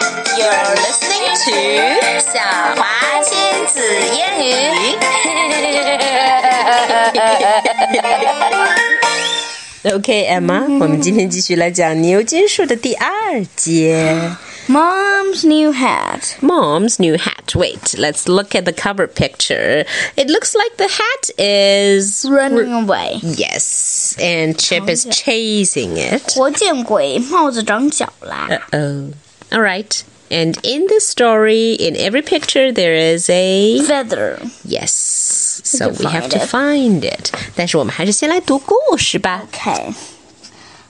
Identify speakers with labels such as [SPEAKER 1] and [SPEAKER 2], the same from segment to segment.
[SPEAKER 1] You're listening to 小华亲子英语。
[SPEAKER 2] OK, Emma，、我们今天继续来讲牛津树的第二节。
[SPEAKER 3] Mom's new hat.
[SPEAKER 2] Mom's new hat. Wait, let's look at the cover picture. It looks like the hat is
[SPEAKER 3] Running away.
[SPEAKER 2] Yes, and Chip is chasing it.
[SPEAKER 3] 活见鬼，帽子长脚啦。
[SPEAKER 2] Oh, all right. And in this story, in every picture, there is a
[SPEAKER 3] Feather.
[SPEAKER 2] yes. So
[SPEAKER 3] can
[SPEAKER 2] we have
[SPEAKER 3] find
[SPEAKER 2] to
[SPEAKER 3] it.
[SPEAKER 2] find it. 但是我们还是先来读故事吧。
[SPEAKER 3] Okay.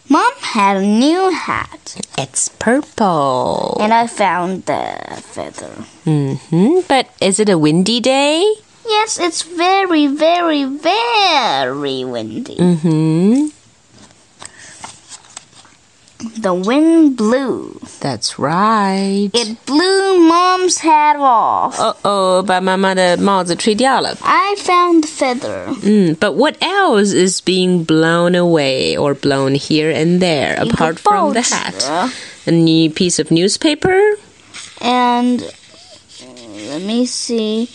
[SPEAKER 3] Mom had a new hat,
[SPEAKER 2] It's purple.
[SPEAKER 3] and I found the feather.
[SPEAKER 2] Hmm, but is it a windy day?
[SPEAKER 3] Yes, it's very, very, very windy.
[SPEAKER 2] Hmm,
[SPEAKER 3] The wind blew.
[SPEAKER 2] that's right.
[SPEAKER 3] It blew Mom's hat off.
[SPEAKER 2] 哦哦，把妈妈的帽子吹掉了。
[SPEAKER 3] I found the feather.
[SPEAKER 2] 嗯，But what else is being blown away or blown here and there
[SPEAKER 3] 一个
[SPEAKER 2] apart from the
[SPEAKER 3] 报纸
[SPEAKER 2] hat? A new piece of newspaper?
[SPEAKER 3] And uh, let me see.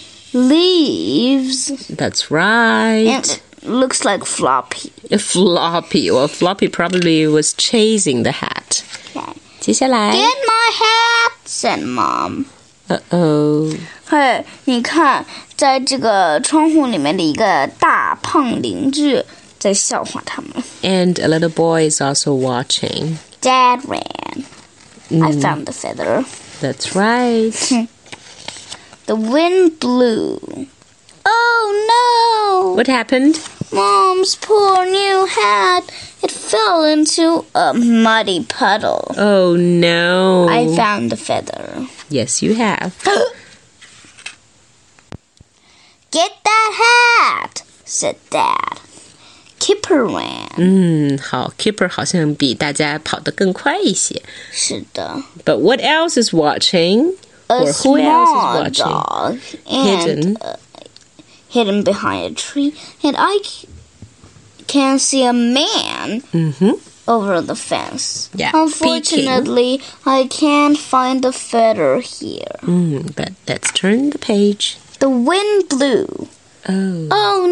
[SPEAKER 3] Leaves.
[SPEAKER 2] That's right.
[SPEAKER 3] And it looks like floppy.
[SPEAKER 2] floppy. Well, floppy probably was chasing the hat.
[SPEAKER 3] Okay.
[SPEAKER 2] 接下来
[SPEAKER 3] Get my hat, said Mom.
[SPEAKER 2] Uh oh.
[SPEAKER 3] 嘿，你看，在这个窗户里面的一个大胖邻居在笑话他们。
[SPEAKER 2] And a little boy is also watching.
[SPEAKER 3] Dad ran. I found the feather.
[SPEAKER 2] That's right.
[SPEAKER 3] The wind blew. Oh no!
[SPEAKER 2] What happened?
[SPEAKER 3] Mom's poor new hat. It fell into a muddy puddle.
[SPEAKER 2] Oh no.
[SPEAKER 3] I found the feather.
[SPEAKER 2] yes, you have.
[SPEAKER 3] Get that hat, said Dad. Kipper ran.
[SPEAKER 2] 嗯，Mm, 好，Keeper 好像比大家跑得更快一些。
[SPEAKER 3] 是的。
[SPEAKER 2] But what else is watching?
[SPEAKER 3] A
[SPEAKER 2] Or who
[SPEAKER 3] small
[SPEAKER 2] else is watching?
[SPEAKER 3] dog and
[SPEAKER 2] Hidden.
[SPEAKER 3] uh, hidden behind a tree, and I c- can see a man
[SPEAKER 2] Mm-hmm.
[SPEAKER 3] over the fence.
[SPEAKER 2] Yeah,
[SPEAKER 3] Unfortunately, I can't find the feather here.
[SPEAKER 2] Mm, but let's turn the page.
[SPEAKER 3] The wind blew.
[SPEAKER 2] Oh.
[SPEAKER 3] Oh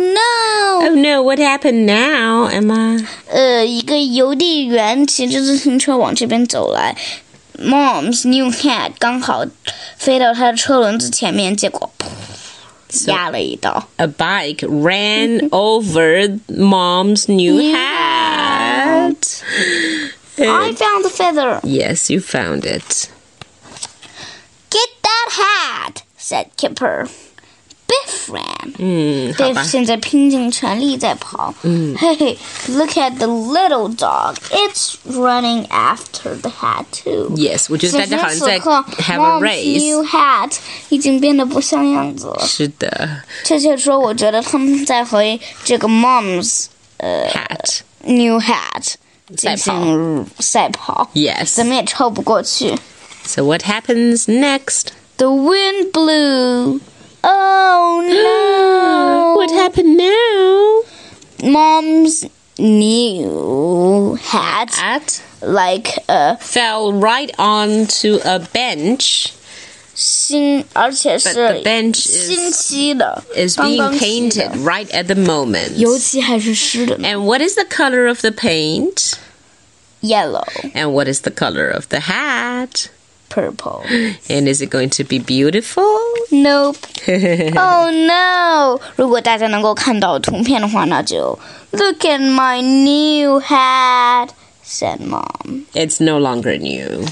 [SPEAKER 3] no!
[SPEAKER 2] Oh no, what happened now, Emma?
[SPEAKER 3] 呃，一个邮递员骑着自行车往这边走来。Mom's new hat 刚好飞到他的车轮子前面，结果噗压了一刀。
[SPEAKER 2] A bike ran over mom's new
[SPEAKER 3] New
[SPEAKER 2] hat.
[SPEAKER 3] I found the feather.
[SPEAKER 2] Yes, you found it.
[SPEAKER 3] Get that hat, said Kipper. Biff ran.
[SPEAKER 2] 嗯， Mm, 好
[SPEAKER 3] Biff
[SPEAKER 2] 吧。
[SPEAKER 3] 现在拼尽全力在跑。Hey, look at the little dog. It's running after the hat too.
[SPEAKER 2] Yes，我觉得大家好像在
[SPEAKER 3] 此时此刻
[SPEAKER 2] have a
[SPEAKER 3] Mom's
[SPEAKER 2] race
[SPEAKER 3] new。hat 已经变得不像样子了。
[SPEAKER 2] 是的
[SPEAKER 3] 确切说，我觉得他们在和这个 mom's
[SPEAKER 2] ，hat。
[SPEAKER 3] new hat
[SPEAKER 2] 赛跑。Yes.
[SPEAKER 3] 进行赛跑，怎么也超不过去。
[SPEAKER 2] So what happens next?
[SPEAKER 3] The wind blew. Oh no!
[SPEAKER 2] What happened now?
[SPEAKER 3] Mom's new hat,
[SPEAKER 2] Hat
[SPEAKER 3] like a
[SPEAKER 2] fell right onto a bench.
[SPEAKER 3] 新，而且
[SPEAKER 2] But the
[SPEAKER 3] 是
[SPEAKER 2] bench is-
[SPEAKER 3] 新漆的，
[SPEAKER 2] Is
[SPEAKER 3] 刚
[SPEAKER 2] being
[SPEAKER 3] 刚漆
[SPEAKER 2] painted
[SPEAKER 3] 的，
[SPEAKER 2] right at the moment.
[SPEAKER 3] 油漆还是湿的呢。
[SPEAKER 2] And what is the color of the paint?
[SPEAKER 3] Yellow,
[SPEAKER 2] And what is the color of the hat?
[SPEAKER 3] purple.
[SPEAKER 2] And is it going to be beautiful?
[SPEAKER 3] Nope. Oh no! 如果大家能够看到图片的话，那就 Look at my new hat," said mom.
[SPEAKER 2] it's no longer new.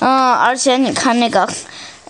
[SPEAKER 3] 嗯，而且你看那个，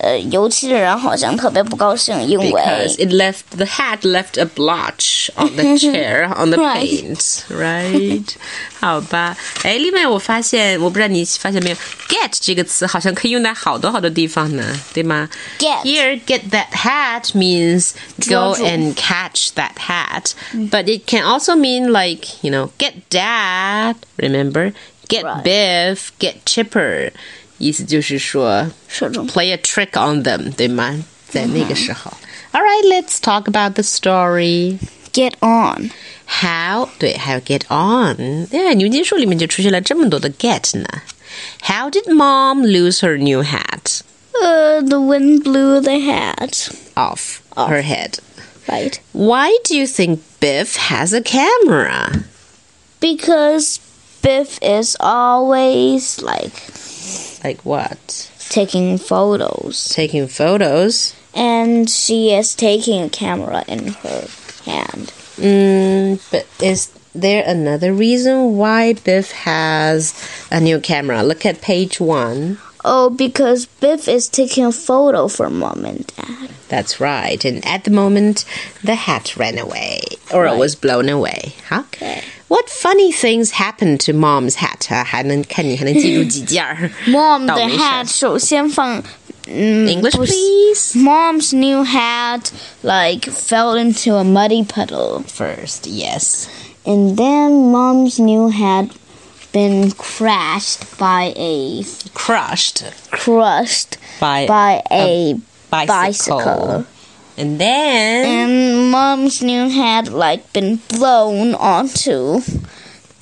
[SPEAKER 3] 呃，油漆的人好像特别不高兴，因为
[SPEAKER 2] Because it left the hat left a blotch on the chair on the
[SPEAKER 3] Right.
[SPEAKER 2] paint, right? 好吧，哎，另外我发现，我不知道你发现没有，get 这个词好像可以用在好多好多地方呢，对吗
[SPEAKER 3] Get.
[SPEAKER 2] here get that hat means go
[SPEAKER 3] 抓住
[SPEAKER 2] and catch that hat,
[SPEAKER 3] Mm.
[SPEAKER 2] but it can also mean like you know get dad, remember get
[SPEAKER 3] Right.
[SPEAKER 2] Biff, get Chipper，意思就是说
[SPEAKER 3] 射中
[SPEAKER 2] play a trick on them, 对吗？在那个时候。All right, let's talk about the story.
[SPEAKER 3] get on.
[SPEAKER 2] How 对，还有 get on. Yeah, 牛津树里面就出现了这么多的 get 呢。How did mom lose her new hat?
[SPEAKER 3] Uh, uh, the wind blew the hat.
[SPEAKER 2] off, her head.
[SPEAKER 3] Right.
[SPEAKER 2] Why do you think Biff has a camera?
[SPEAKER 3] Because Biff is always like
[SPEAKER 2] Like what?
[SPEAKER 3] taking photos,
[SPEAKER 2] Taking photos.
[SPEAKER 3] and she is taking a camera in her hand.
[SPEAKER 2] Mm, but is there another reason why Biff has a new camera? Look at page one.
[SPEAKER 3] Oh, because Biff is taking a photo for mom and dad.
[SPEAKER 2] That's right. And at the moment, the hat ran away or it was blown away. Huh?
[SPEAKER 3] Okay.
[SPEAKER 2] What funny things happened to mom's hat? 啊还能看你还能记 住几件儿
[SPEAKER 3] Mom
[SPEAKER 2] 倒
[SPEAKER 3] the
[SPEAKER 2] 霉事儿
[SPEAKER 3] hat 首先放，嗯
[SPEAKER 2] English,
[SPEAKER 3] 不是
[SPEAKER 2] please.
[SPEAKER 3] Mom's new hat like fell into a muddy puddle,
[SPEAKER 2] First, yes.
[SPEAKER 3] and then Mom's new hat been crashed by a
[SPEAKER 2] Crushed
[SPEAKER 3] crushed
[SPEAKER 2] by
[SPEAKER 3] by a,
[SPEAKER 2] bicycle.
[SPEAKER 3] bicycle.
[SPEAKER 2] And then.
[SPEAKER 3] and Mom's new hat like been blown onto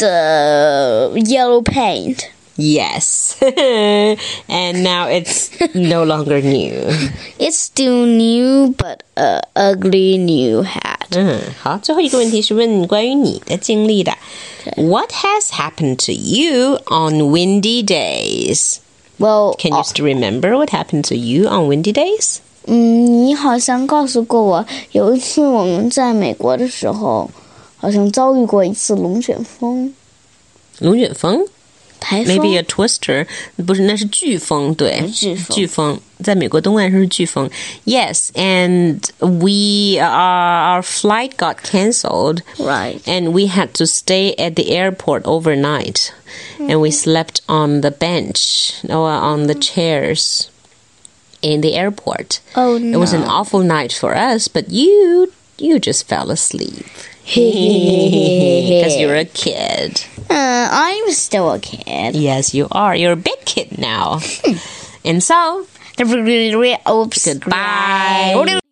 [SPEAKER 3] the yellow paint.
[SPEAKER 2] Yes. and now it's no longer new.
[SPEAKER 3] It's still new, but a ugly new hat.
[SPEAKER 2] Uh-huh. 嗯，好，最后一个问题是问关于你的经历的。What has happened to you on windy days?
[SPEAKER 3] Well,
[SPEAKER 2] Can you still remember what happened to you on windy days?
[SPEAKER 3] 嗯，你好像告诉过我，有一次我们在美国的时候，好像遭遇过一次龙卷风、
[SPEAKER 2] 龙卷风
[SPEAKER 3] 台风。
[SPEAKER 2] ，maybe a twister，不是，那是飓风，对，
[SPEAKER 3] 飓风。
[SPEAKER 2] 飓风，在美国东岸是飓风。Yes, and we uh, our our flight got cancelled.
[SPEAKER 3] right.
[SPEAKER 2] and we had to stay at the airport overnight and we slept on the bench or on the chairs in the airport
[SPEAKER 3] Oh
[SPEAKER 2] it
[SPEAKER 3] no.
[SPEAKER 2] was an awful night for us but you you just fell asleep because you're a kid
[SPEAKER 3] Uh, I'm still a kid.
[SPEAKER 2] yes you are you're a big kid now and so
[SPEAKER 3] Oops.
[SPEAKER 2] Goodbye.